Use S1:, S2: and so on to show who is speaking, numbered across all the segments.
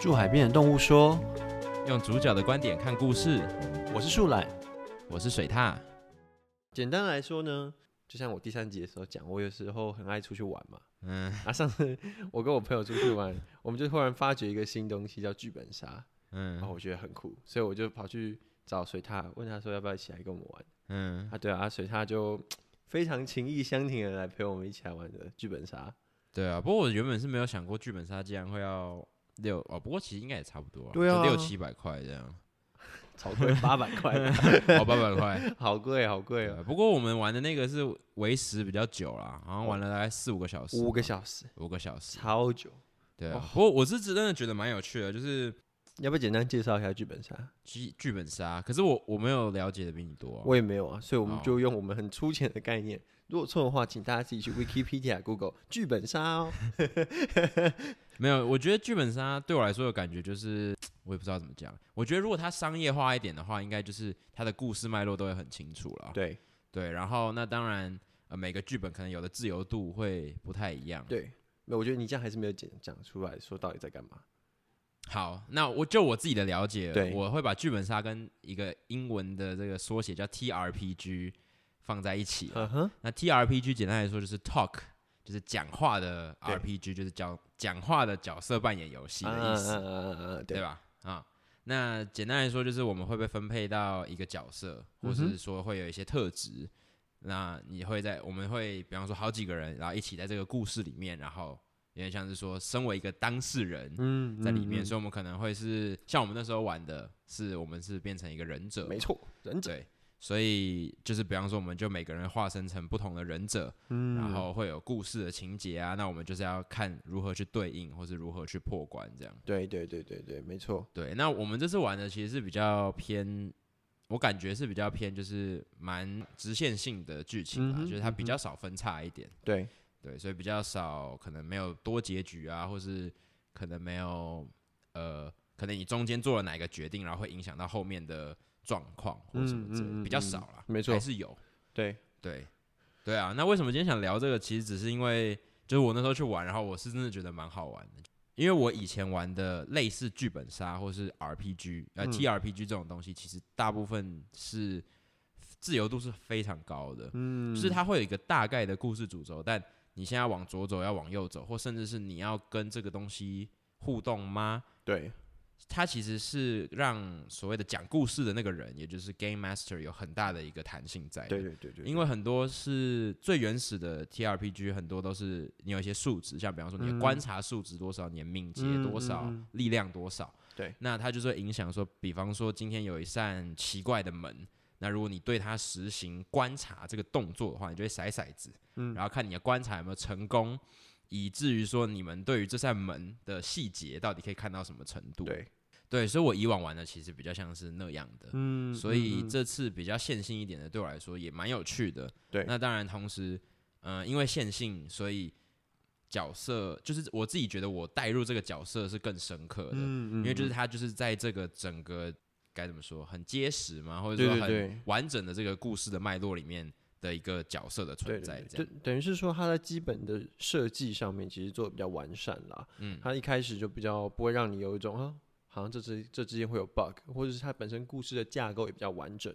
S1: 住海边的动物说
S2: 用主角的观点看故事。：“
S1: 我是树懒。
S2: 我是水獭，”
S1: 简单来说呢，就像我第三集的时候讲，我有时候很爱出去玩嘛。
S2: 嗯
S1: 啊，上次我跟我朋友出去玩， 我们就突然发掘一个新东西叫剧本杀，然后
S2: 嗯
S1: 我觉得很酷，所以我就跑去找水獭，问他说要不要一起来跟我们玩。
S2: 嗯，
S1: 啊，对啊，啊水獭就非常情意相挺的来陪我们一起来玩的剧本杀。
S2: 对啊。不过我原本是没有想过剧本杀竟然会要六哦，不过其实应该也差不多、
S1: 对啊
S2: 就六七百 块这样，
S1: 超贵，八百块，
S2: 哦八百块。
S1: 好贵，好贵
S2: 对
S1: 哦，
S2: 啊，不过我们玩的那个是为时比较久啦，好像玩了大概四五个小时，
S1: 五个小时，
S2: 五个小时。
S1: 超久。
S2: 对啊
S1: 哦，
S2: 不过我是真的觉得蛮有趣的，就是
S1: 要不要简单介绍一下剧本杀？
S2: 剧剧本杀，可是我我没有了解的比你多啊、
S1: 我也没有啊，所以我们
S2: 哦
S1: 就用我们很粗浅的概念。如果错的话，请大家自己去 Wikipedia、Google 剧本杀哦。
S2: 没有，我觉得剧本杀对我来说的感觉就是，我也不知道怎么讲。我觉得如果它商业化一点的话，应该就是它的故事脉络都会很清楚了。
S1: 对
S2: 对，然后那当然，呃，每个剧本可能有的自由度会不太一样。，
S1: 对，没有，我觉得你这样还是没有讲讲出来说到底在干嘛。
S2: 好，那我就我自己的了解，
S1: 对
S2: 我会把剧本杀跟一个英文的这个缩写叫 TRPG 放在一起。
S1: 嗯哼，
S2: 那 TRPG 简单来说就是 talk，就是讲话的
S1: 对
S2: RPG，就是讲讲话的角色扮演游戏
S1: 啊
S2: 的意思。
S1: 啊啊啊啊啊！
S2: 对
S1: 对，
S2: 吧？啊，那简单来说就是我们会被分配到一个角色，或
S1: 嗯
S2: 是
S1: 哼
S2: 说会有一些特质。那你会在我们会比方说好几个人，然后一起在这个故事里面，然后有点像是说身为一个当事人
S1: 嗯
S2: 在里面，
S1: 嗯
S2: 所以我们可能会是像我们那时候玩的是我们是变成一个忍者
S1: 嗯，没错，忍者，
S2: 对。所以就是，比方说，我们就每个人化身成不同的忍者，
S1: 嗯
S2: 然后会有故事的情节啊。那我们就是要看如何去对应，或是如何去破关这样。
S1: 对对对对对，没错，
S2: 对，那我们这次玩的其实是比较偏，我感觉是比较偏，就是蛮直线性的剧情啦，
S1: 嗯哼
S2: 就是它比
S1: 嗯哼
S2: 较少分叉一点，
S1: 对，
S2: 对，所以比较少可能没有多结局啊，或是可能没有呃，可能你中间做了哪个决定，然后会影响到后面的状况或什么之类的，
S1: 嗯嗯嗯
S2: 比较
S1: 嗯
S2: 少啦，
S1: 没错
S2: 还是有，
S1: 对，
S2: 对，对啊，那为什么今天想聊这个？其实只是因为，就是我那时候去玩，然后我是真的觉得蛮好玩的，因为我以前玩的类似剧本杀或是 RPG 呃、
S1: 嗯
S2: TRPG 这种东西，其实大部分是自由度是非常高的，
S1: 嗯
S2: 就是它会有一个大概的故事主轴，但你现在往左走，要往右走，或甚至是你要跟这个东西互动吗？
S1: 对，
S2: 它其实是让所谓的讲故事的那个人，也就是 Game Master 有很大的一个弹性在的。
S1: 对对对对，
S2: 因为很多是最原始的 TRPG，很多都是你有一些数值，像比方说你的
S1: 嗯
S2: 观察数值多少，你的敏捷多少，
S1: 嗯嗯嗯
S2: 力量多少。
S1: 对，
S2: 那它就是会影响说，比方说今天有一扇奇怪的门，那如果你对它实行观察这个动作的话，你就会骰骰子，
S1: 嗯
S2: 然后看你的观察有没有成功，以至于说你们对于这扇门的细节到底可以看到什么程度。
S1: 对，
S2: 对，所以我以往玩的其实比较像是那样的。
S1: 嗯
S2: 所以这次比较线性一点的，对我来说也蛮有趣的。
S1: 对
S2: 那当然同时，嗯、因为线性，所以角色就是我自己觉得我带入这个角色是更深刻的，
S1: 嗯
S2: 因为就是他就是在这个整个该怎么说，很结实嘛，或者
S1: 对
S2: 说
S1: 对
S2: 很
S1: 对
S2: 完整的这个故事的脉络里面的一个角色的
S1: 对
S2: 存在
S1: 对，
S2: 这
S1: 对
S2: 样。
S1: 就等于是说它在基本的设计上面其实做的比较完善啦。
S2: 嗯，
S1: 它一开始就比较不会让你有一种啊，好像这之这之间会有 bug，或者是它本身故事的架构也比较完整，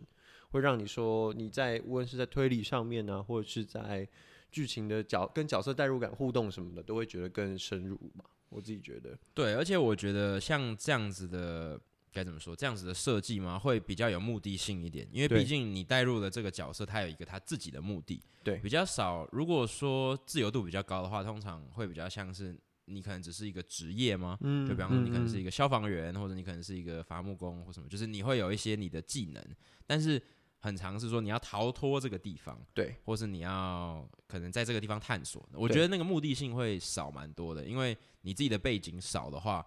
S1: 会让你说你在无论是在推理上面呢、啊或者是在剧情的角跟角色代入感互动什么的，都会觉得更深入嘛。我自己觉得，
S2: 对，而且我觉得像这样子的，该怎么说？这样子的设计嘛，会比较有目的性一点，因为
S1: 对
S2: 毕竟你带入的这个角色，他有一个他自己的目的。
S1: 对
S2: 比较少。如果说自由度比较高的话，通常会比较像是你可能只是一个职业吗？
S1: 嗯
S2: 就比方说，你可能是一个消防员，或者你可能是一个伐木工或什么，就是你会有一些你的技能，但是很常是说你要逃脱这个地方，
S1: 对，
S2: 或是你要可能在这个地方探索。我
S1: 对
S2: 觉得那个目的性会少蛮多的，因为你自己的背景少的话，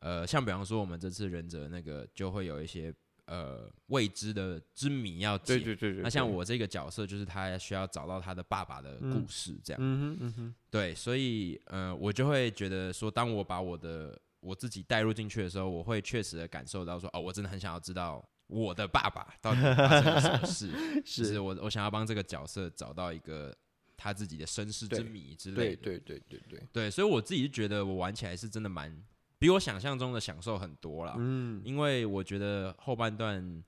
S2: 呃，像比方说我们这次忍者那个就会有一些呃未知的之谜要解。
S1: 嗯对对对对。
S2: 那像
S1: 对，
S2: 我这个角色，就是他需要找到他的爸爸的故事，这样、
S1: 嗯哼嗯哼，
S2: 对，所以呃，我就会觉得说，当我把我的我自己带入进去的时候，我会确实的感受到说，哦，我真的很想要知道我的爸爸到底发生了什么事， 就是
S1: 是
S2: 我我想要帮这个角色找到一个他自己的身世之
S1: 对
S2: 谜之
S1: 对
S2: 类的。
S1: 对对对对，
S2: 对，所以我自己是觉得我玩起来是真的蛮比我想象中的享受很多啦。
S1: 嗯，
S2: 因为我觉得后半段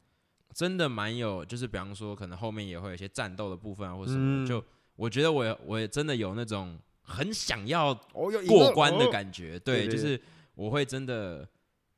S2: 真的蛮有，就是比方说可能后面也会有一些战斗的部分啊，或什么的，
S1: 嗯
S2: 就我觉得我也我也真的有那种很想要
S1: 哦，要赢
S2: 过
S1: 了
S2: 关的
S1: 哦
S2: 感觉，
S1: 对
S2: 对，就
S1: 对
S2: 是我会真的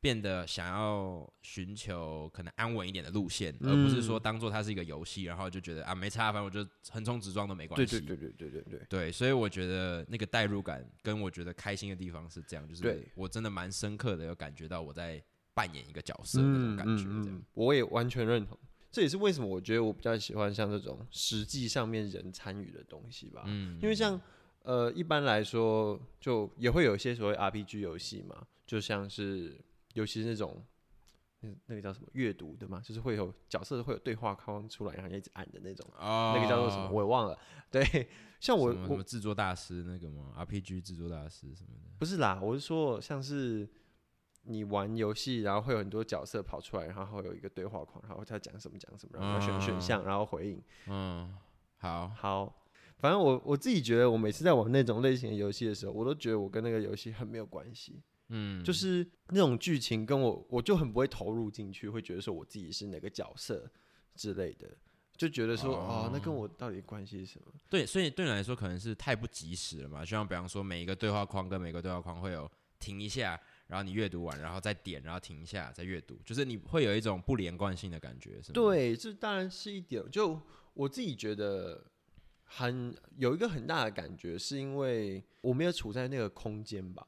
S2: 变得想要寻求可能安稳一点的路线，而不
S1: 嗯
S2: 是说当做它是一个游戏，然后就觉得啊没差，反正我就横冲直撞都没关
S1: 对
S2: 系。
S1: 对对对对对对，
S2: 对，所以我觉得那个代入感跟我觉得开心的地方是这样，就
S1: 对
S2: 是我真的蛮深刻的有感觉到我在扮演一个角色的那
S1: 嗯
S2: 种感觉，这样。
S1: 我也完全认同。这也是为什么我觉得我比较喜欢像这种实际上面人参与的东西吧。
S2: 嗯
S1: 啊因为像呃，一般来说，就也会有一些所谓 RPG 游戏嘛，就像是尤其是那种那那个叫什么阅读的嘛，就是会有角色会有对话框出来，然后一直按的那种，
S2: 哦
S1: 那个叫做什么我也忘了。对， 像我
S2: 什么什
S1: 我
S2: 么制作大师那个吗？RPG 制作大师什么的？
S1: 不是啦，我是说像是你玩游戏，然后会有很多角色跑出来，然后会有一个对话框，然后他讲什么讲什么，然后要选选项，然后回应。
S2: 嗯，好，
S1: 好，反正我我自己觉得，我每次在玩那种类型的游戏的时候，我都觉得我跟那个游戏很没有关系，
S2: 嗯，
S1: 就是那种剧情跟我我就很不会投入进去，会觉得说我自己是哪个角色之类的。就觉得说哦那跟我到底关系是什么？
S2: 对，所以对你来说可能是太不及时了嘛。就像比方说，每一个对话框跟每个对话框会有停一下，然后你阅读完，然后再点，然后停一下，再阅读，就是你会有一种不连贯性的感觉，是吗？，
S1: 对，这当然是一点。就我自己觉得很有一个很大的感觉，是因为我没有处在那个空间吧。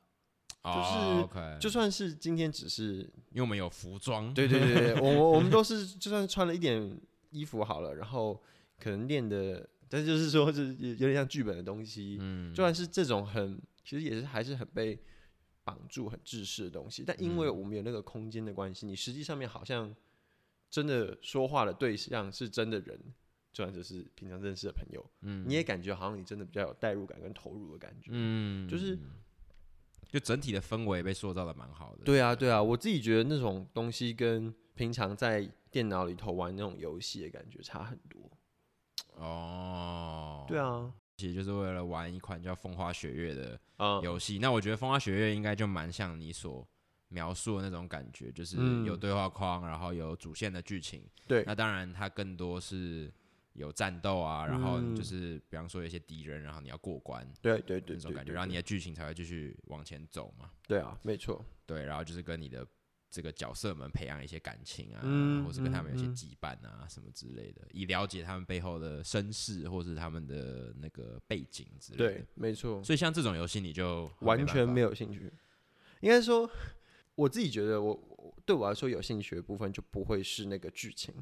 S2: 哦、OK，
S1: 就算是今天只是
S2: 因为我们有服装，
S1: 对对对，对 我我我们都是就算穿了一点衣服好了，然后可能练的，但是就是说就是有有点像剧本的东西，嗯，就算是这种很其实也是还是很被绑住、很制式的东西，但因为我们有那个空间的关系，你实际上面好像真的说话的对象是真的人。就算只是平常认识的朋友，嗯，你也感觉好像你真的比较有代入感跟投入的感觉，
S2: 嗯，
S1: 就是
S2: 就整体的氛围被塑造的蛮好的。
S1: 对啊，对啊，我自己觉得那种东西跟平常在电脑里头玩那种游戏的感觉差很多。
S2: 哦，
S1: 对，啊，
S2: 其实就是为了玩一款叫《风花雪月》的
S1: 啊、
S2: 游戏。那我觉得《风花雪月》应该就蛮像你所描述的那种感觉，就是
S1: 嗯
S2: 有对话框，然后有主线的剧情。
S1: 对
S2: 那当然它更多是有战斗啊，然后
S1: 嗯
S2: 就是比方说有一些敌人，然后你要过关
S1: 对对对
S2: 那种
S1: 对，
S2: 感觉，
S1: 对
S2: 然后你
S1: 对
S2: 的剧情才会继续往前走嘛。
S1: 对啊，没错，
S2: 对，然后就是跟你的这个角色们培养一些感情啊，
S1: 嗯
S2: 或是跟他们有一些
S1: 嗯嗯
S2: 羁绊啊、什么之类的，以了解他们背后的身世或是他们的那个背景之类的。
S1: 对，没错，
S2: 所以像这种游戏，你就
S1: 完全没
S2: 有
S1: 有兴趣。应该说，我自己觉得我我对我来说有兴趣的部分就不会是那个剧情，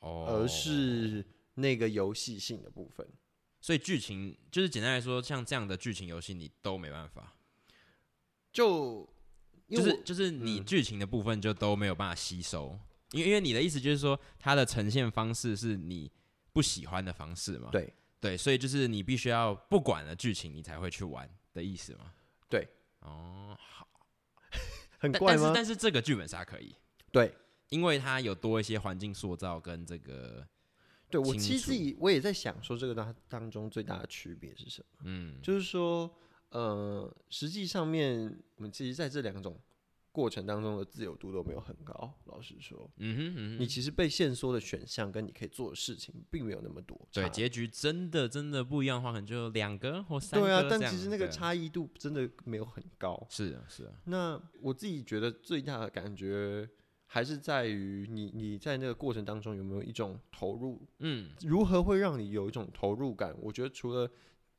S2: 哦，
S1: 而是那个游戏性的部分。
S2: 所以剧情就是简单来说，像这样的剧情游戏你都没办法，
S1: 就因
S2: 就
S1: 为
S2: 是
S1: 我
S2: 就是你
S1: 嗯
S2: 剧情的部分就都没有办法吸收，因为因为你的意思就是说它的呈现方式是你不喜欢的方式嘛？
S1: 对
S2: 对，所以就是你必须要不管了剧情，你才会去玩的意思嘛？
S1: 对，
S2: 哦，
S1: 很
S2: 但
S1: 怪
S2: 但是
S1: 吗？
S2: 但是这个剧本杀可以，
S1: 对
S2: 因为它有多一些环境塑造跟这个
S1: 对，我
S2: 清
S1: 其实自
S2: 楚
S1: 己我也在想说，这个当当中最大的区别是什么？
S2: 嗯
S1: 就是说，呃，实际上面我们其实在这两种过程当中的自由度都没有很高。老实说，
S2: 嗯哼嗯
S1: 你
S2: 哼，
S1: 其实被限缩的选项跟你可以做的事情并没有那么多差。
S2: 对，结局真的真的不一样的话，可能就两个或三个
S1: 对啊，
S2: 这
S1: 但
S2: 样
S1: 其实那个
S2: 对
S1: 差异度真的没有很高。
S2: 是啊是啊，
S1: 那我自己觉得最大的感觉还是在于你你在那个过程当中有没有一种投入
S2: 嗯
S1: 如何会让你有一种投入感？我觉得除了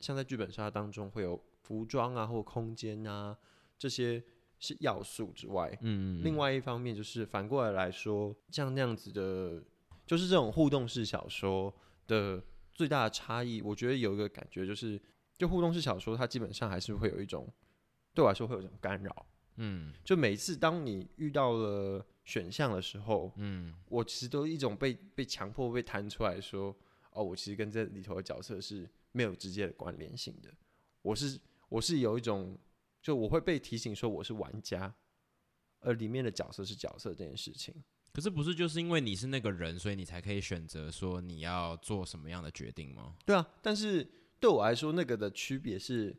S1: 像在剧本杀当中会有服装啊或空间啊这些是要素之外，
S2: 嗯，
S1: 另外一方面就是反过来来说，像那样子的，就是这种互动式小说的最大的差异，我觉得有一个感觉就是，就互动式小说它基本上还是会有一种对我来说会有一种干扰。
S2: 嗯
S1: 就每次当你遇到了选项的时候，
S2: 嗯
S1: 我其实都一种被被强迫被弹出来说，哦，我其实跟这里头的角色是没有直接的关联性的。我是我是有一种，就我会被提醒说我是玩家，而里面的角色是角色这件事情。
S2: 可是不是就是因为你是那个人，所以你才可以选择说你要做什么样的决定吗？
S1: 对啊，但是对我来说，那个的区别是，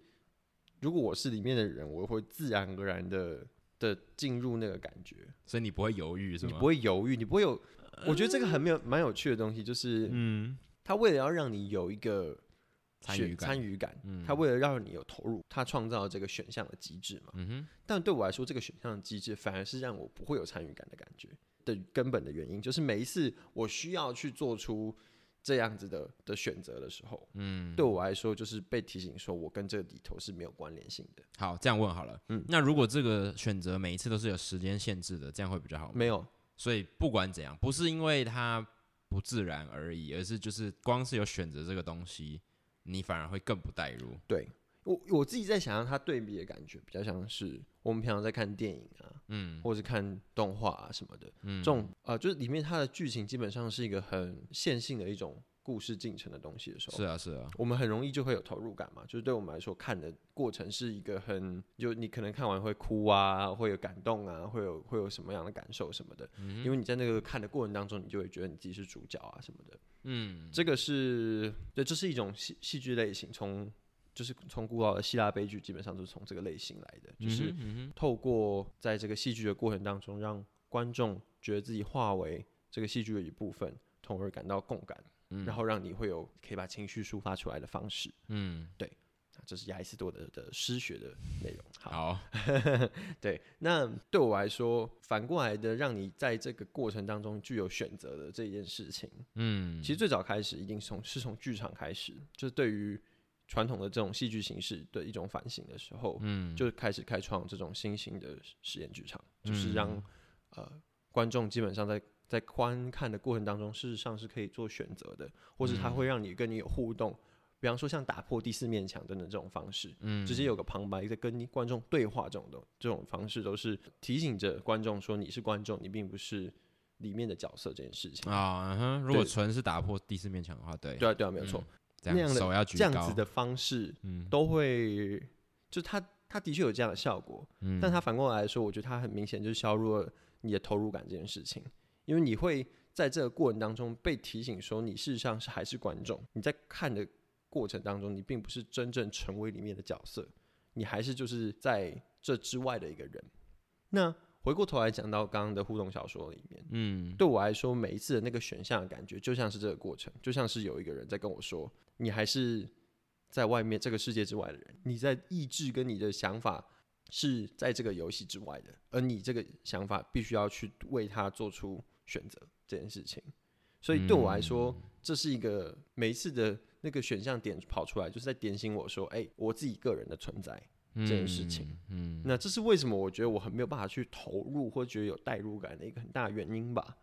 S1: 如果我是里面的人，我会自然而然的的进入那个感觉，
S2: 所以你不会犹豫是
S1: 你
S2: 吗？呃
S1: 不会犹豫，你不会有。我觉得这个很没有蛮有趣的东西，就是
S2: 嗯，
S1: 他为了要让你有一个
S2: 参
S1: 选
S2: 与感嗯
S1: 参与感，他为了让你有投入，他创造了这个选项的机制嘛。
S2: 嗯
S1: 但对我来说，这个选项的机制反而是让我不会有参与感的感觉的根本的原因，就是每一次我需要去做出这样子的的选择的时候，嗯，对我来说就是被提醒说我跟这个里头是没有关联性的，
S2: 哼，好，这样问好了。嗯，那如果这个选择每一次都是有时间限制的，这样会比较好吗？
S1: 没有，
S2: 所以不管怎样，不是因为它不自然而已，而是就是光是有选择这个东西，你反而会更不带入。
S1: 对我我自己在想象它对比的感觉，比较像是我们平常在看电影啊，嗯，或者是看动画啊什么的，嗯，这种呃，就是里面它的剧情基本上是一个很线性的一种故事进程的东西的时候，
S2: 是啊，是啊，
S1: 我们很容易就会有投入感嘛，就是对我们来说，看的过程是一个很，就你可能看完会哭啊，会有感动啊，会有会有什么样的感受什么的，因为你在那个看的过程当中，你就会觉得你自己是主角啊什么的。嗯，这个是对，这是一种戏戏剧类型，从就是从古老的希腊悲剧基本上就是从这个类型来的，就是透过在这个戏剧的过程当中，让观众觉得自己化为这个戏剧的一部分，从而感到共感。然后让你会有可以把情绪抒发出来的方式。
S2: 嗯，
S1: 啊这是亚里士多德的诗学的内容。好，
S2: 好，
S1: 对，那对我来说，反过来的让你在这个过程当中具有选择的这件事情，
S2: 嗯
S1: 其实最早开始一定是从是从剧场开始，就是对于传统的这种戏剧形式的一种反省的时候，
S2: 嗯，
S1: 就开始开创这种新型的实验剧场，就是
S2: 嗯
S1: 让、呃观众基本上在在观看的过程当中，事实上是可以做选择的，或是它
S2: 嗯
S1: 会让你跟你有互动，比方说像打破第四面墙等等这种方式，
S2: 嗯
S1: 直接有个旁白在跟你观众对话这种的这种方式，都是提醒着观众说你是观众，你并不是里面的角色这件事情。
S2: 啊、嗯哼，如果
S1: 对
S2: 纯是打破第四面墙的话，对，
S1: 对啊，对啊，没有错。
S2: 这
S1: 那
S2: 样
S1: 样的
S2: 手要举
S1: 这样
S2: 高
S1: 子的方式，
S2: 嗯
S1: 都会，就他他的确有这样的效果，
S2: 嗯
S1: 但他反过来说，我觉得他很明显就是削弱了你的投入感这件事情，因为你会在这个过程当中被提醒说，你事实上是还是观众，你在看的过程当中，你并不是真正成为里面的角色，你还是就是在这之外的一个人。那回过头来讲到刚刚的互动小说里面，
S2: 嗯
S1: 对我来说，每一次的那个选项的感觉，就像是这个过程，就像是有一个人在跟我说，你还是在外面这个世界之外的人，你在意志跟你的想法是在这个游戏之外的，而你这个想法必须要去为他做出选择这件事情。所以对我来说，这是一个每一次的那个选项点跑出来，就是在点醒我说，哎、我自己个人的存在。
S2: 这
S1: 件事情，
S2: 嗯，
S1: 那这是为什么我觉得我很没有办法去投入或觉得有代入感的一个很大原因吧。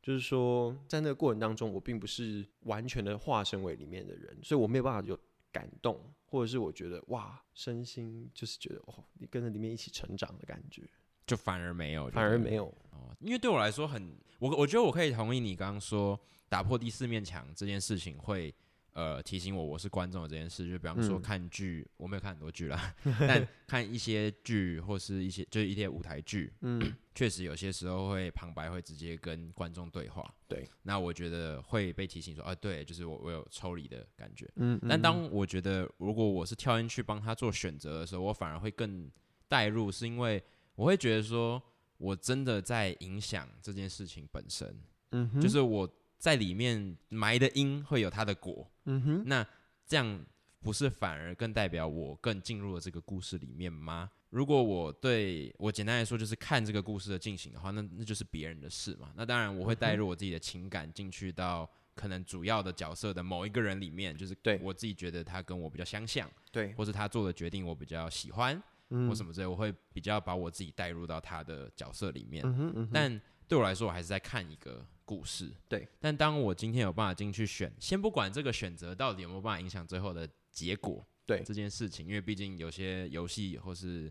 S1: 就是说，在那个过程当中，我并不是完全的化身为里面的人，所以我没有办法有感动，或者是我觉得哇，身心就是觉得哦，你跟着里面一起成长的感觉，
S2: 就反而没有，
S1: 反而没有。
S2: 哦，因为对我来说很，我我觉得我可以同意你刚刚说打破第四面墙这件事情会。呃，提醒我我是观众的这件事，就比方说
S1: 嗯
S2: 看剧，我没有看很多剧啦， 但看一些剧或是一些就是一些舞台剧，
S1: 嗯，
S2: 确实有些时候会旁白会直接跟观众对话。
S1: 对，
S2: 那我觉得会被提醒说，啊，对，就是我我有抽离的感觉。
S1: 嗯
S2: 但当我觉得如果我是跳进去帮他做选择的时候，我反而会更带入，是因为我会觉得说我真的在影响这件事情本身，
S1: 嗯哼，
S2: 就是我在里面埋的因会有它的果。
S1: 嗯哼，
S2: 那这样不是反而更代表我更进入了这个故事里面吗？如果我对我简单来说就是看这个故事的进行的话，那那就是别人的事嘛。那当然我会
S1: 嗯
S2: 带入我自己的情感进去到可能主要的角色的某一个人里面，就是
S1: 对
S2: 我自己觉得他跟我比较相像，
S1: 对，
S2: 或是他做的决定我比较喜欢，
S1: 嗯
S2: 或什么之类，我会比较把我自己带入到他的角色里面。
S1: 嗯哼嗯哼，
S2: 但对我来说，我还是在看一个故事。
S1: 对，
S2: 但当我今天有办法进去选，先不管这个选择到底有没有办法影响最后的结果，
S1: 对
S2: 这件事情，因为毕竟有些游戏或是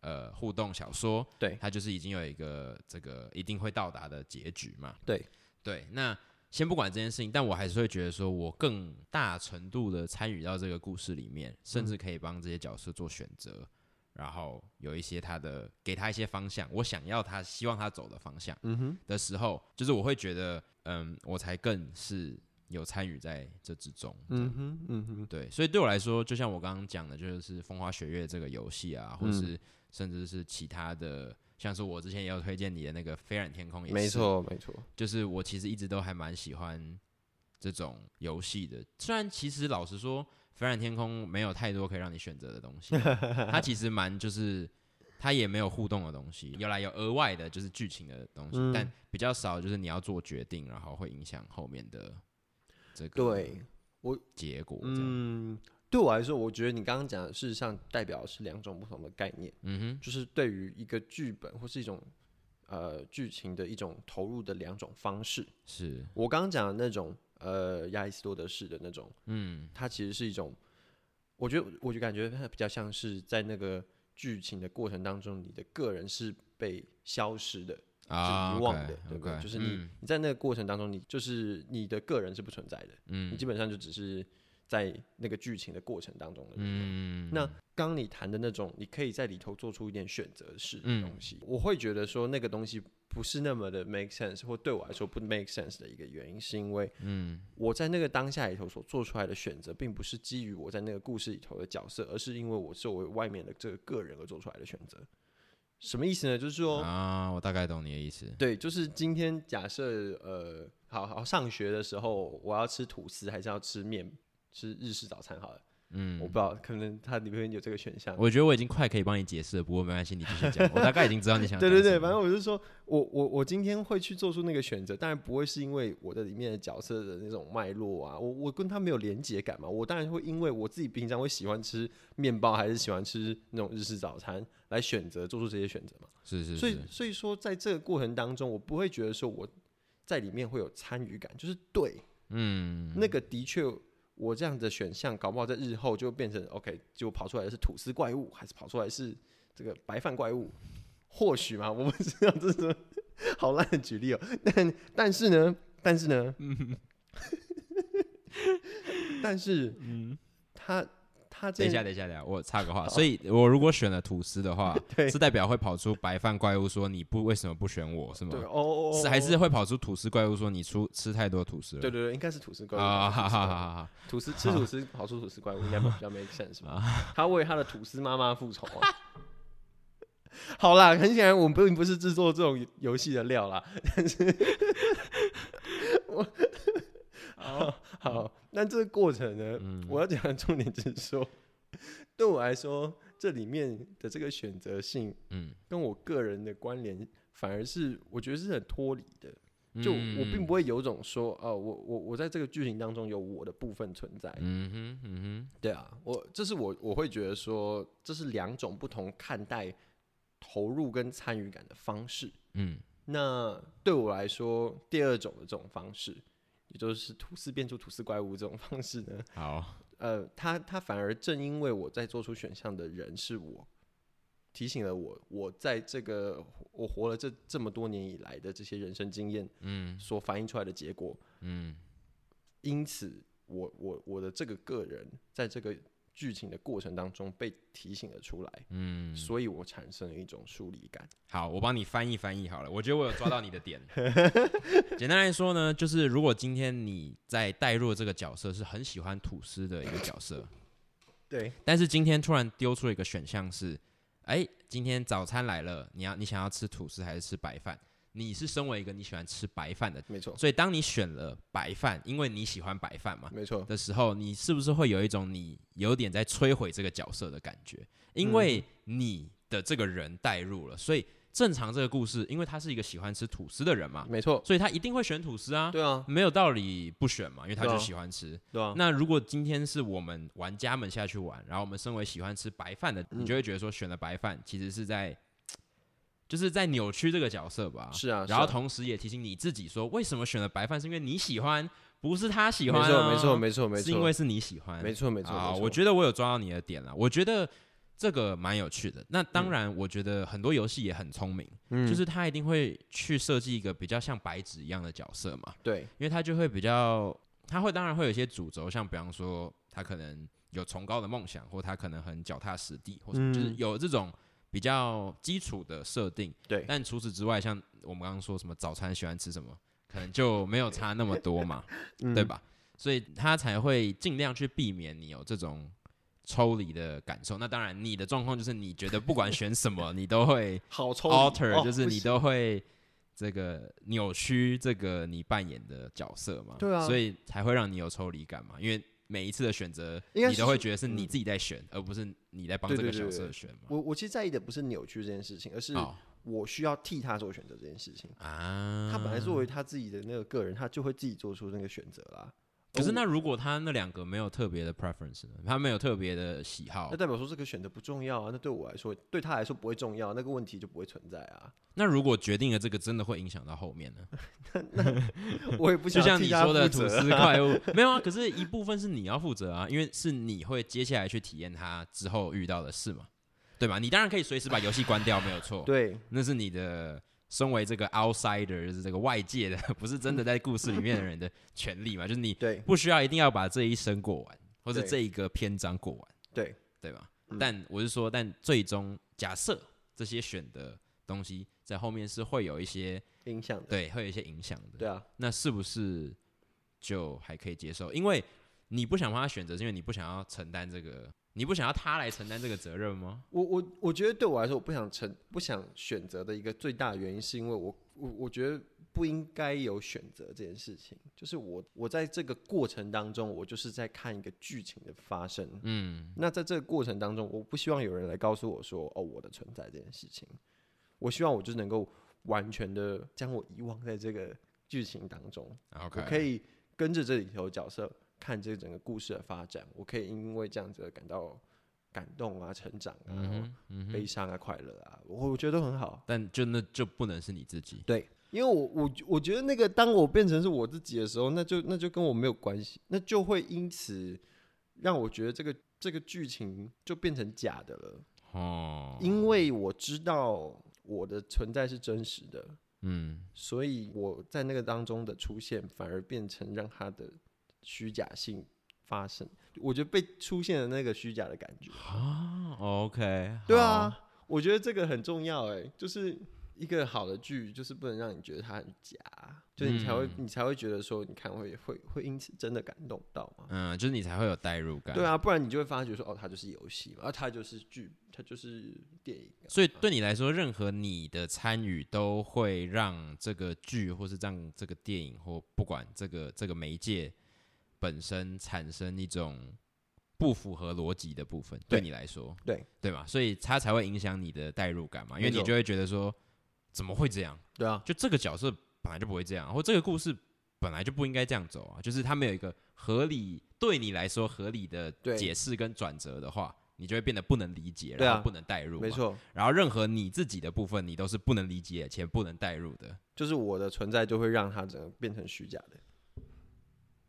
S2: 呃互动小说，
S1: 对
S2: 它就是已经有一个这个一定会到达的结局嘛。
S1: 对
S2: 对，那。先不管这件事情，但我还是会觉得说，我更大程度的参与到这个故事里
S1: 嗯
S2: 面，甚至可以帮这些角色做选择，然后有一些他的给他一些方向，我想要他希望他走的方向。
S1: 嗯哼，
S2: 的时候，就是我会觉得，嗯，我才更是有参与在这之中。
S1: 嗯哼，嗯哼，
S2: 对，所以对我来说，就
S1: 嗯
S2: 像我刚刚讲的，就是《风花雪月》这个游戏啊，或是甚至是其他的像是我之前也有推荐你的那个《飞染天空》，也是
S1: 没，错，没错，
S2: 就是我其实一直都还蛮喜欢这种游戏的。虽然其实老实说，《飞染天空》没有太多可以让你选择的东 西，它其实蛮就是它也没有互动的东西，有来有额外的就是剧情的东西，
S1: 嗯
S2: 但比较少就是你要做决定，然后会影响后面的这个
S1: 对我
S2: 结果这样。
S1: 嗯，对我来说，我觉得你刚刚讲的事实上代表的是两种不同的概念，
S2: 嗯哼。
S1: 就是对于一个剧本或是一种呃剧情的一种投入的两种方式。
S2: 是，
S1: 我刚刚讲的那种呃亚里士多德式的那种，
S2: 嗯，
S1: 它其实是一种，我觉得我就感觉它比较像是在那个剧情的过程当中，你的个人是被消失的，
S2: 啊，
S1: 是遗忘的
S2: OK，
S1: 对不对
S2: OK，
S1: 就是你、
S2: 嗯
S1: 你在那个过程当中，你就是你的个人是不存在的，你
S2: 嗯
S1: 基本上就只是在那个剧情的过程当中的人。
S2: 嗯，
S1: 那刚你谈的那种，你可以在里头做出一点选择式的
S2: 嗯
S1: 东西，我会觉得说那个东西不是那么的 make sense，或对我来说不 make sense 的一个原因，是因为
S2: 嗯
S1: 我在那个当下里头所做出来的选择，并不是基于我在那个故事里头的角色，而是因为我作为外面的这个个人而做出来的选择。什么意思呢？就是说，
S2: 啊，我大概懂你的意思，
S1: 对，就是今天假设呃，好好上学的时候，我要吃吐司还是要吃面，吃日式早餐好了。
S2: 嗯
S1: 我不，知道，可能它里面有这个选项。
S2: 我觉得我已经快可以帮你解释了，不过没关系，你继续讲， 我大概已经知道你想啊
S1: 对
S2: 讲
S1: 对
S2: 什
S1: 对，
S2: 么
S1: 反正我是说，我我我今天会去做出那个选择，当然不会是因为我的里面的角色的那种脉络啊，我我跟他没有连结感嘛，我当然会因为我自己平常会喜欢吃面包还是喜欢吃那种日式早餐来选择做出这些选择嘛，
S2: 是是
S1: 所以
S2: 是，
S1: 所以说在这个过程当中，我不会觉得说我在里面会有参与感，就是对
S2: 嗯，
S1: 那个的确。我这样的选项，搞不好在日后就变成 OK，就跑出来的是吐司怪物，还是跑出来是这个白饭怪物？或许嘛，我不知道这是什么好烂的举例哦。但但是呢，但是 呢，但是，嗯，他他这，
S2: 等一下等一下等一下，我插个话，所以我如果选了吐司的话
S1: 对
S2: 是代表会跑出白饭怪物说你不为什么不选我是吗
S1: 对？哦哦，哦
S2: 是还是会跑出吐司怪物说你出吃太多吐司了？
S1: 对对对，应该是吐司怪物
S2: 啊，
S1: 吐
S2: 哈
S1: 司怪
S2: 哈
S1: 物
S2: 哈哈哈，
S1: 吐司吃吐司跑出吐司怪物，应该 比较 make sense 吧？他为他的吐司妈妈复仇啊！ 好啦，很显然我们并不是制作这种游戏的料啦， 但是我好 嗯好，那这个过程呢，我要讲的重点就是说， 对我来说，这里面的这个选择性
S2: 嗯，
S1: 跟我个人的关联，反而是我觉得是很脱离的。
S2: 嗯
S1: 就我并
S2: 不，
S1: 不会有种说，哦、我我我在这个剧情当中有我的部分存在。
S2: 嗯哼嗯
S1: 对啊，我这是我我会觉得说，这是两种不同看待投入跟参与感的方式。
S2: 哼嗯
S1: 那对我来说，第二种的这种方式，也就是吐司变出吐司怪物这种方式呢，
S2: 好，
S1: 呃，他他反而正因为我在做出选项的人是我，提醒了我，我在这个我活了这这么多年以来的这些人生经验
S2: 嗯
S1: 所反映出来的结果，
S2: 嗯
S1: 因此我我我的这个个人在这个剧情的过程当中被提醒了出来，
S2: 嗯，
S1: 所以我产生了一种疏离感。
S2: 好，我帮你翻译翻译好了。我觉得我有抓到你的点。简单来说呢，就是如果今天你在代入这个角色是很喜欢吐司的一个角色，
S1: 对，
S2: 但是今天突然丢出一个选项是，哎，今天早餐来了，你要你想要吃吐司还是吃白饭？你是身为一个你喜欢吃白饭的，
S1: 没错，
S2: 所以当你选了白饭，因为你喜欢白饭嘛，
S1: 没错，
S2: 的时候，你是不是会有一种你有点在摧毁这个角色的感觉？
S1: 嗯
S2: 因为你的这个人带入了，所以正常这个故事，因为他是一个喜欢吃吐司的人嘛，
S1: 没错，
S2: 所以他一定会选吐司啊，
S1: 对啊，
S2: 没有道理不选嘛，因为他
S1: 对
S2: 就
S1: 啊
S2: 喜欢吃。
S1: 对啊，
S2: 那如果今天是我们玩家们下去玩，然后我们身为喜欢吃白饭的，
S1: 嗯
S2: 你就会觉得说选了白饭其实是在，就是在扭曲这个角色吧。
S1: 是啊，
S2: 然后
S1: 是啊
S2: 同时也提醒你自己说，为什么选了白饭是因为你喜欢，不是他喜欢、哦
S1: 没错，没错，没错，没
S2: 是因
S1: 错
S2: 为，是你喜欢，
S1: 没错，没错，
S2: 啊，
S1: 没错
S2: 我觉得我有抓到你的点了，我觉得这个蛮有趣的。那
S1: 嗯
S2: 当然，我觉得很多游戏也很聪明，就是他一定会去设计一个比较像白纸一样的角色嘛，
S1: 对，
S2: 因为他就会比较，他会当然会有一些主轴，像比方说他可能有崇高的梦想，或他可能很脚踏实地，或者
S1: 嗯
S2: 就是有这种。比较基础的设定，
S1: 对
S2: 但除此之外，像我们刚刚说什么早餐喜欢吃什么，可能就没有差那么多嘛。对
S1: 嗯？
S2: 吧？所以他才会尽量去避免你有这种抽离的感受。那当然，你的状况就是你觉得不管选 什么，你都会
S1: 好抽离
S2: alter，
S1: 哦
S2: 就是
S1: 不
S2: 你
S1: 行
S2: 都会这个扭曲这个你扮演的角色嘛。
S1: 对啊
S2: 所以才会让你有抽离感嘛，因为。每一次的选择，
S1: 应该
S2: 你
S1: 是
S2: 都会
S1: 说
S2: 觉得是你自己在选，而不是你在帮
S1: 对
S2: 这
S1: 对
S2: 个
S1: 对
S2: 角
S1: 对
S2: 色
S1: 对
S2: 选嘛。
S1: 我我其实在意的不是扭曲这件事情，而是
S2: 哦
S1: 我需要替他做选择这件事情。
S2: 啊，
S1: 他本来作为他自己的那个个人，他就会自己做出那个选择啦。哦
S2: 可是
S1: 而我
S2: 那如果他那两个没有特别的 preference 呢？他没有特别的喜好
S1: 那，代表说这个选择不重要啊，那对我来说，对他来说不会重要，那个问题就不会存在啊。
S2: 那如果决定了这个真的会影响到后面呢？
S1: 我也不
S2: 就
S1: 想
S2: 像
S1: 替
S2: 你
S1: 他
S2: 说的
S1: 负
S2: 吐
S1: 责
S2: 司怪物， 没有啊？可是一部分是你要负责啊，因为是你会接下来去体验他之后遇到的事嘛，对吧？你当然可以随时把游戏关掉，没有错，
S1: 对，
S2: 那是你的。身为这个 outsider，就是这个外界的， 不是真的在故事里面的人的权利嘛？就是你
S1: 对
S2: 不需要一定要把这一生过完，或者
S1: 对
S2: 这一个篇章过完。
S1: 对，
S2: 对吧？
S1: 嗯
S2: 但我是说，但最终假设这些选的东西在后面是会有一些
S1: 影响的，
S2: 对，会有一些影响的。
S1: 对啊，
S2: 那是不是就还可以接受？因为你不想帮他选择，是因为你不想要承担这个，你不想要他来承担这个责任吗？
S1: 我我我觉得对我来说，我不想成不想选择的一个最大的原因，是因为我我我觉得不应该有选择这件事情。就是我我在这个过程当中，我就是在看一个剧情的发生。
S2: 嗯，
S1: 那在这个过程当中，我不希望有人来告诉我说，哦，我的存在这件事情。我希望我就是能够完全的将我遗忘在这个剧情当中。
S2: OK，
S1: 我可以跟着这里头角色看这整个故事的发展，我可以因为这样子而感到感动啊、成长啊、
S2: 嗯哼嗯哼
S1: 悲伤啊、快乐啊，我我觉得都很好。
S2: 但就那就不能是你自己。
S1: 对，因为我我我觉得那个当我变成是我自己的时候，那就那就跟我没有关系，那就会因此让我觉得这个这个剧情就变成假的了，
S2: 哦，
S1: 因为我知道我的存在是真实的，
S2: 嗯，
S1: 所以我在那个当中的出现，反而变成让他的虚假性发生。我觉得被出现的那个虚假的感觉，
S2: 啊，OK，
S1: 哦对
S2: 好，
S1: 啊，我觉得这个很重要哎、就是一个好的剧，就是不能让你觉得它很假，就是你才
S2: 嗯
S1: 会、你才会觉得说，你看会会会因此真的感动到嘛？
S2: 嗯，就是你才会有代入感。
S1: 对啊，不然你就会发觉说，哦，它就是游戏嘛，啊，它就是剧，它就是电影啊、
S2: 所以对你来说，任何你的参与都会让这个剧，或是让这个电影，或不管这个这个媒介本身产生一种不符合逻辑的部分。对
S1: 对
S2: 你来说，
S1: 对
S2: 对嘛？所以它才会影响你的代入感嘛，因为
S1: 没错
S2: 你就会觉得说，怎么会这样？
S1: 对啊，
S2: 就这个角色本来就不会这样，啊或这个故事本来就不应该这样走啊。就是他没有一个合理对你来说合理的
S1: 对
S2: 解释跟转折的话，你就会变得不能理解，
S1: 对啊
S2: 然后不能代入嘛。
S1: 没错，
S2: 然后任何你自己的部分，你都是不能理解且不能代入的。
S1: 就是我的存在就会让它整个变成虚假的。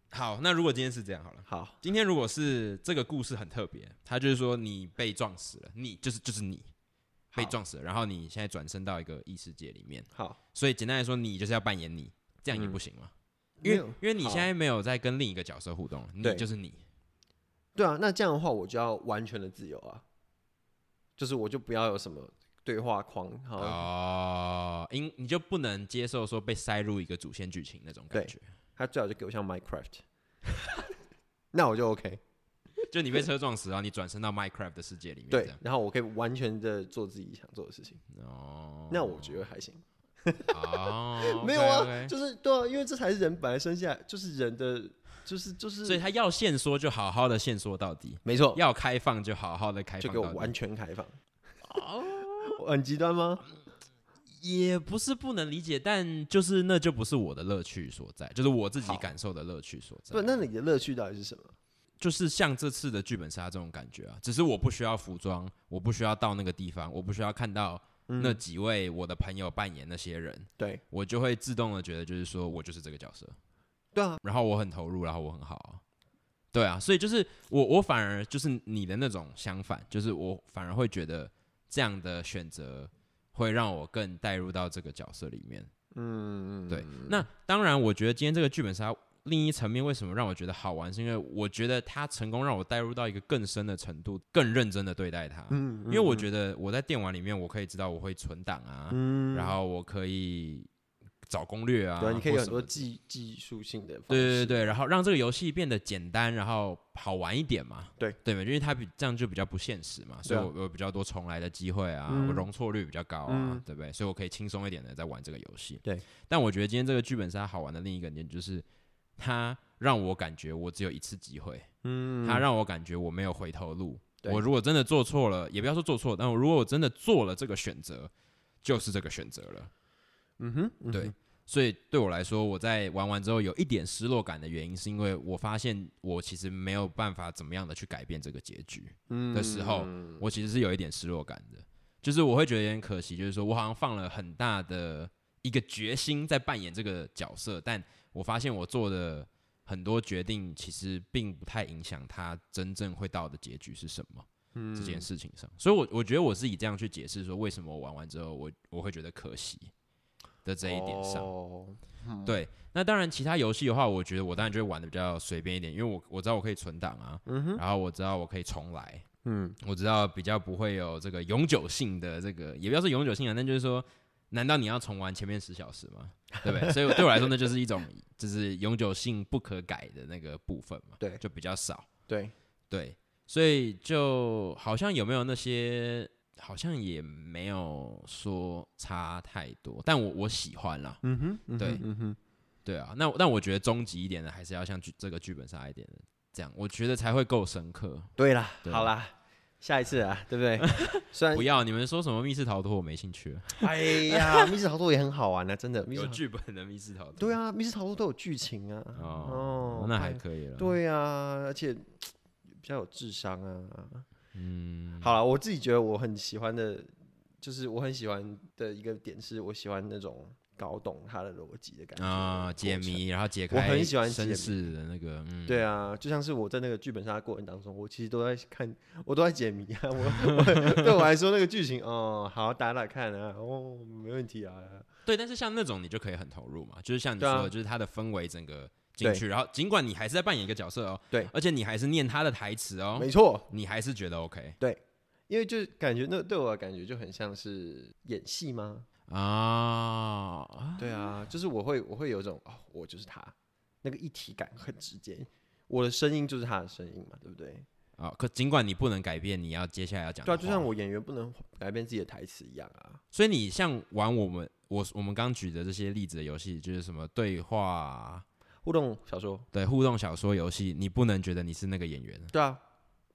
S2: 好，那如果今天是这样好了，
S1: 好，
S2: 今天如果是这个故事很特别，他就是说你被撞死了，你就是就是你被
S1: 好
S2: 撞死了，然后你现在转身到一个异世界里面，
S1: 好，
S2: 所以简单来说，你就是要扮演你，这样也
S1: 嗯
S2: 不行吗？因
S1: 没
S2: 为
S1: 有
S2: 因为你
S1: 好
S2: 现在没有在跟另一个角色互动了，你
S1: 对
S2: 就是你，
S1: 对啊，那这样的话我就要完全的自由啊，就是我就不要有什么对话框，好，
S2: 哦，因你就不能接受说被塞入一个主线剧情那种感
S1: 对
S2: 觉，
S1: 他最好就给我像 Minecraft，那我就 OK，
S2: 就你被车撞死，然后你转身到 Minecraft 的世界里面，这
S1: 对
S2: 样，
S1: 然后我可以完全的做自己想做的事情，
S2: 哦，
S1: 那我觉得还行，，
S2: 哦
S1: 没有啊
S2: OK，OK
S1: 就是对啊，因为这才是人本来生下来就是人的，就是就是，
S2: 所以他要限缩就好好的限缩到底，
S1: 没错，
S2: 要开放就好好的开
S1: 就
S2: 放
S1: 给我
S2: 到
S1: 完
S2: 底。哦
S1: 全开放，我很极端 吗？
S2: 也不是不能理解，但就是那就不是我的乐趣所在，就是我自己
S1: 好
S2: 感受的乐趣所在。
S1: 对，那你的乐趣到底是什么？
S2: 就是像这次的剧本杀这种感觉啊，只是我不需要服装，我不需要到那个地方，我不需要看到
S1: 嗯
S2: 那几位我的朋友扮演那些人，
S1: 对
S2: 我就会自动的觉得就是说我就是这个角色。
S1: 对啊，
S2: 然后我很投入，然后我很好啊。对啊，所以就是我，我反而就是你的那种相反，就是我反而会觉得这样的选择会让我更带入到这个角色里面。
S1: 嗯，
S2: 对，那当然，我觉得今天这个剧本杀另一层面为什么让我觉得好玩，是因为我觉得它成功让我带入到一个更深的程度，更认真的对待它。
S1: 嗯，
S2: 因为我
S1: 得，
S2: 觉得我在电玩里面，我可以知道我会存档啊，
S1: 嗯
S2: 然后我可以找攻略啊，
S1: 对啊，你可以有
S2: 或
S1: 很
S2: 什
S1: 多
S2: 么
S1: 技技术性的方
S2: 对对
S1: 式。
S2: 对，然后让这个游戏变得简单，然后好玩一点嘛。
S1: 对
S2: 对嘛，因为它比这样就比较不现实嘛，所以
S1: 对啊
S2: 我有比较多重来的机会啊，
S1: 嗯
S2: 我容错率比较高啊，
S1: 嗯
S2: 对不对？所以我可以轻松一点的在玩这个游戏。
S1: 对，
S2: 但我觉得今天这个剧本杀好玩的另一个点就是，它让我感觉我只有一次机会，
S1: 嗯，
S2: 它让我感觉我没有回头路。
S1: 对
S2: 我如果真的做错了，也不要说做错，但我如果我真的做了这个选择，就是这个选择了。
S1: 嗯哼，嗯
S2: 对
S1: 哼，，
S2: 所以对我来说，我在玩完之后有一点失落感的原因，是因为我发现我其实没有办法怎么样的去改变这个结局，
S1: 嗯
S2: 的时候我其实是有一点失落感的，就是我会觉得有点可惜，就是说我好像放了很大的一个决心在扮演这个角色，但我发现我做的很多决定其实并不太影响它真正会到的结局是什么。这件事情上，所以我我觉得我是以这样去解释说，为什么我玩完之后我我会觉得可惜的这一点上，
S1: 哦
S2: 对，那当然，其他游戏的话，我觉得我当然就会玩的比较随便一点，因为我我知道我可以存档啊，然后我知道我可以重来，
S1: 嗯，
S2: 我知道比较不会有这个永久性的这个，也不要说永久性啊，但就是说，难道你要重玩前面十小时吗？对不对？所以对我来说，那就是一种就是永久性不可改的那个部分嘛，
S1: 对
S2: 就比较少，
S1: 对，
S2: 对，所以就好像有没有那些。好像也没有说差太多，但我我喜欢啦，
S1: 嗯哼，嗯哼
S2: 对
S1: 嗯哼，
S2: 对啊，那但我觉得终极一点的还是要像剧这个剧本杀一点的这样，我觉得才会够深刻。
S1: 对啦，
S2: 对
S1: 好啦，下一次 啊，对不对？虽然
S2: 不要你们说什么密室逃脱，我没兴趣。
S1: 哎呀，密室逃脱也很好玩啊， 真的，密室
S2: 有
S1: 逃
S2: 剧本的密室逃脱，
S1: 对，啊，密室逃脱都有剧情啊，
S2: 哦，那还
S1: 对
S2: 可以了。，
S1: 对啊，而且比较有智商啊。
S2: 嗯，
S1: 好了，我自己觉得我很喜欢的，就是我很喜欢的一个点是，我喜欢那种搞懂它的逻辑的感觉
S2: 啊，
S1: 过
S2: 解
S1: 程。
S2: 谜，然后解
S1: 我
S2: 开
S1: 很喜欢解
S2: 绅
S1: 谜
S2: 士的那个，嗯，
S1: 对啊，就像是我在那个剧本杀的过程当中，我其实都在看，我都在解谜啊。我 我对我来说，那个剧情哦，好打打看啊，哦，没问题啊。
S2: 对，但是像那种你就可以很投入嘛，就是像你
S1: 对啊
S2: 说的，就是它的氛围整个进
S1: 对
S2: 去，然后尽管你还是在扮演一个角色哦，
S1: 对
S2: 而且你还是念他的台词哦
S1: 没，错，
S2: 你还是觉得 OK
S1: 因为就是感觉那对我的感觉就很像是演戏吗？
S2: 啊，
S1: 对啊，就是我会我会有一种哦，我就是他，那个一体感很直接，我的声音就是他的声音嘛，对不对？
S2: 啊、可尽管你不能改变，你要接下来要讲
S1: 对
S2: 的话。
S1: 啊，就像我演员不能改变自己的台词一样啊。
S2: 所以你像玩我们我我们刚举的这些例子的游戏，就是什么对话、
S1: 互动小说，
S2: 对互动小说游戏，你不能觉得你是那个演员。
S1: 对啊，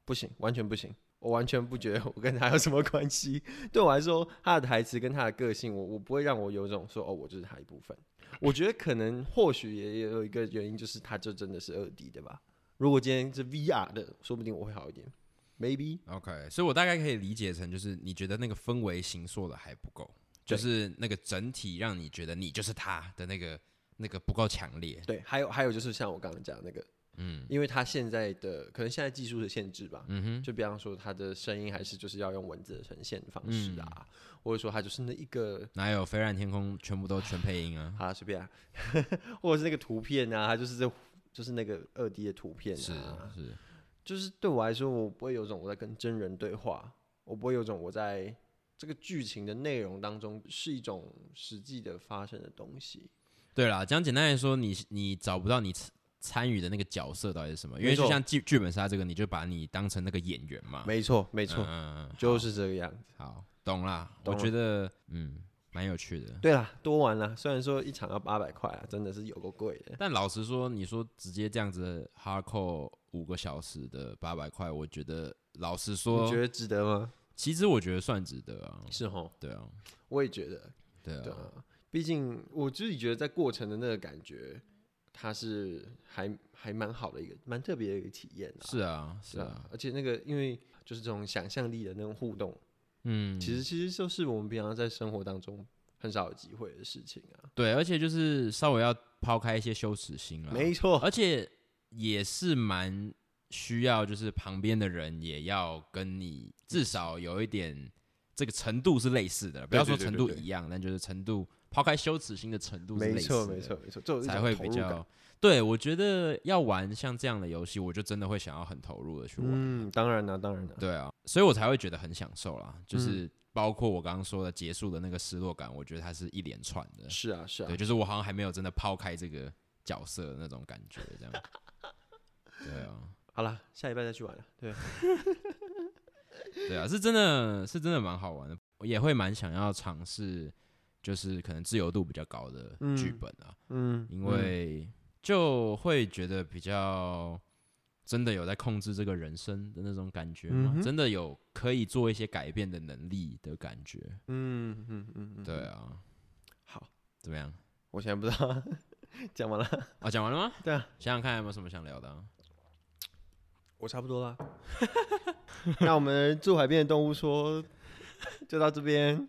S1: 不行，完全不行，我完全不觉得我跟他有什么关系。对我来说，他的台词跟他的个性，我我不会让我有一种说哦，我就是他一部分。我觉得可能或许也有一个原因，就是他就真的是二 D 的吧。如果今天是 VR 的，说不定我会好一点，maybe。
S2: OK，所以我大概可以理解成就是你觉得那个氛围形塑的还不够，就
S1: 对
S2: 是那个整体让你觉得你就是他的那个那个不够强烈。
S1: 对，还有还有就是像我刚刚讲的那个，嗯，因为他现在的可能现在技术的限制吧，
S2: 嗯哼，
S1: 就比方说他的声音还是就是要用文字的呈现方式
S2: 嗯
S1: 啊，或者说他就是那一个
S2: 哪有飞然天空全部都全配音啊？
S1: 啊随便啊， 或者是那个图片啊，他就是这就是那个二 D 的图片
S2: 是
S1: 啊，
S2: 是，
S1: 就是对我来说，我不会有种我在跟真人对话，我不会有种我在这个剧情的内容当中是一种实际的发生的东西。
S2: 对啦，讲简单来说，你你找不到你参参与的那个角色到底是什么，因为
S1: 没错
S2: 就像剧剧本杀这个，你就把你当成那个演员嘛。
S1: 没错，没错，
S2: 啊嗯，嗯嗯
S1: 就是这个样子。
S2: 好，懂啦。
S1: 懂
S2: 我
S1: 了
S2: 觉得嗯，蛮有趣的。
S1: 对啦，多玩啦，虽然说一场要八百块啊，真的是有够贵的。
S2: 但老实说，你说直接这样子 hardcore 五个小时的八百块，我觉得老实
S1: 你
S2: 说
S1: 觉，得值得吗？
S2: 其实我觉得算值得啊。
S1: 是哦，
S2: 对啊，
S1: 我也觉得，
S2: 对啊，
S1: 对啊，毕竟我自己觉得在过程的那个感觉，它是还还蛮好的一个，蛮特别的一个体验啊。
S2: 是啊，是
S1: 对
S2: 啊，
S1: 啊，而且那个因为就是这种想象力的那种互动，
S2: 嗯，
S1: 其实其实就是我们平常在生活当中很少有机会的事情啊。
S2: 对，而且就是稍微要抛开一些羞耻心了。
S1: 没错，
S2: 而且也是蛮需要，就是旁边的人也要跟你至少有一点这个程度是类似的，不
S1: 对
S2: 要说
S1: 对对
S2: 程
S1: 对
S2: 度
S1: 对
S2: 一样，但就是程度抛开羞耻心的程度是
S1: 没
S2: 类似的，
S1: 错，没错，，没错，这种
S2: 才会比较。对，我觉得要玩像这样的游戏，我就真的会
S1: 嗯
S2: 想要很投入的去玩，啊
S1: 嗯，当然啦，当然啦，嗯
S2: 对啊，所以我才会觉得很享受啦，就是包括我刚刚说的结束的那个失落感，我觉得它是一连串的。
S1: 是啊，是啊
S2: 对，，就是我好像还没有真的抛开这个角色的那种感觉， 这样。对啊，
S1: 好啦，下礼拜再去玩了。对，
S2: 对啊，是真的是真的蛮好玩的，我也会蛮想要尝试，就是可能自由度比较高的剧
S1: 嗯
S2: 本啊，
S1: 嗯，
S2: 因
S1: 嗯
S2: 为就会觉得比较真的有在控制这个人生的那种感觉
S1: 嗯
S2: 嘛，
S1: 哼
S2: 真的有可以做一些改变的能力的感觉。
S1: 嗯嗯嗯嗯，
S2: 对啊，
S1: 好，
S2: 怎么样？
S1: 我现在不知道 讲完了，
S2: 哦，讲完了吗？
S1: 对啊，
S2: 想想看有没有什么想聊的、啊。
S1: 我差不多 啦。那我们住海边的动物说就到这边，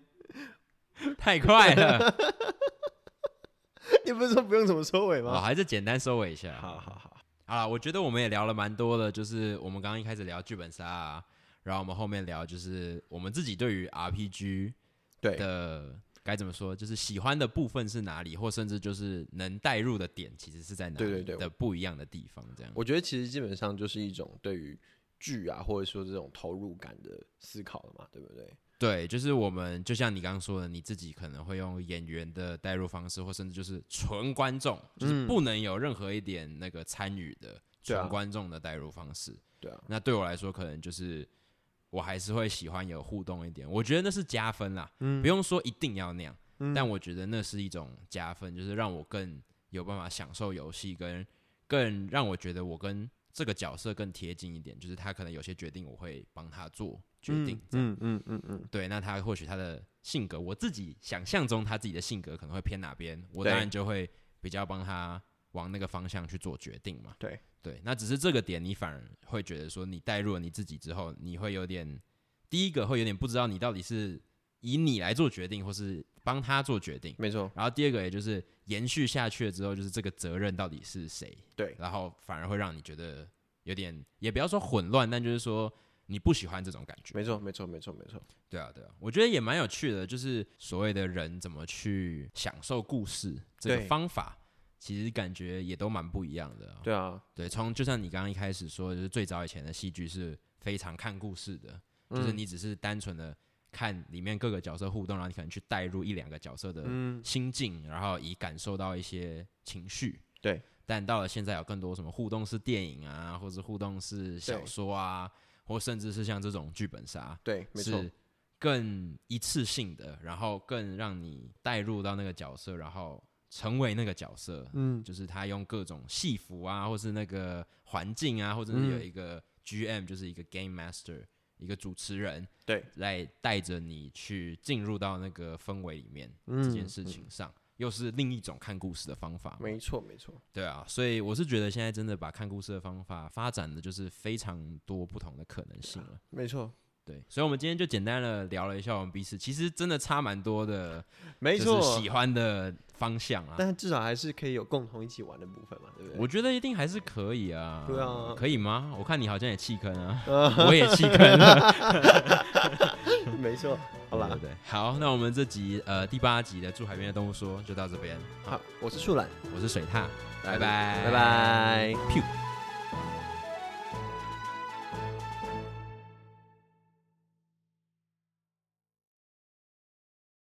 S2: 太快了，
S1: 你不是说不用怎么收尾
S2: 我
S1: 吗？
S2: 哦还是简单收尾一下。
S1: 啊好好好，
S2: 好啦，我觉得我们也聊了蛮多的，就是我们刚刚一开始聊剧本杀、啊，然后我们后面聊就是我们自己对于 RPG
S1: 对，
S2: 的该怎么说，就是喜欢的部分是哪里，或甚至就是能带入的点其实是在哪里
S1: 对对对
S2: 的不一样的地方，这样。
S1: 我觉得其实基本上就是一种对于剧啊，或者说这种投入感的思考了嘛，对不对？
S2: 对，就是我们就像你刚刚说的，你自己可能会用演员的带入方式，或甚至就是纯观众，就是不能有任何一点那个参与的
S1: 嗯对啊
S2: 纯观众的带入方式。
S1: 对啊，
S2: 那对我来说，可能就是我还是会喜欢有互动一点，我觉得那是加分啦，
S1: 嗯
S2: 不用说一定要那样，但我觉得那是一种加分，就是让我更有办法享受游戏，跟更让我觉得我跟这个角色更贴近一点，就是他可能有些决定我会帮他做决定，这样。
S1: 嗯嗯嗯嗯，
S2: 对，那他或许他的性格，我自己想象中他自己的性格可能会偏哪边，我当
S1: 对
S2: 然就会比较帮他往那个方向去做决定嘛。
S1: 对
S2: 对，那只是这个点，你反而会觉得说，你带入了你自己之后，你会有点第一个会有点不知道你到底是以你来做决定，或是帮他做决定。
S1: 没错，
S2: 然后第二个，也就是延续下去了之后，就是这个责任到底是谁？
S1: 对
S2: 然后反而会让你觉得有点，也不要说混乱，但就是说你不喜欢这种感觉。
S1: 没错，没错，没错，没错，
S2: 对啊，对啊，我觉得也蛮有趣的，就是所谓的人怎么去享受故事这个
S1: 对
S2: 方法，其实感觉也都蛮不一样的啊、
S1: 对啊，
S2: 对，从就像你刚刚一开始说，就是最早以前的戏剧是非常看故事的，就是
S1: 嗯
S2: 你只是单纯的看里面各个角色互动，然后你可能去带入一两个角色的
S1: 嗯
S2: 心境，然后以感受到一些情绪。
S1: 对，
S2: 但到了现在有更多什么互动式电影啊，或者互动式小
S1: 对
S2: 说啊，或甚至是像这种剧本杀，
S1: 对，没错，
S2: 是更一次性的，然后更让你带入到那个角色，然后成为那个角色。
S1: 嗯，
S2: 就是他用各种戏服啊，或是那个环境啊，或者是有
S1: 嗯
S2: 一个 GM，、就是一个 Game Master，一个主持人，
S1: 对，
S2: 来带着你去进入到那个氛围里面、
S1: 嗯
S2: 这件事情上，又是另一种看故事的方法嘛。
S1: 没错，没错，
S2: 对啊，所以我是觉得现在真的把看故事的方法发展的就是非常多不同的可能性了。
S1: 没错，
S2: 对，所以我们今天就简单的聊了一下我们彼此，其实真的差蛮多的，
S1: 没
S2: 就
S1: 错，
S2: 是喜欢的方向啊。
S1: 但至少还是可以有共同一起玩的部分嘛，对不对？
S2: 我觉得一定还是可以啊，
S1: 对啊呃
S2: 可以吗？我看你好像也弃坑啊，我也弃坑了，
S1: 没错， 好
S2: 对
S1: 啦，
S2: 对对好，那我们这集呃第八集的《住海边的动物说》就到这边，
S1: 好，我是树懒，
S2: 我是水獭，拜拜，
S1: 拜拜。
S2: ，pew。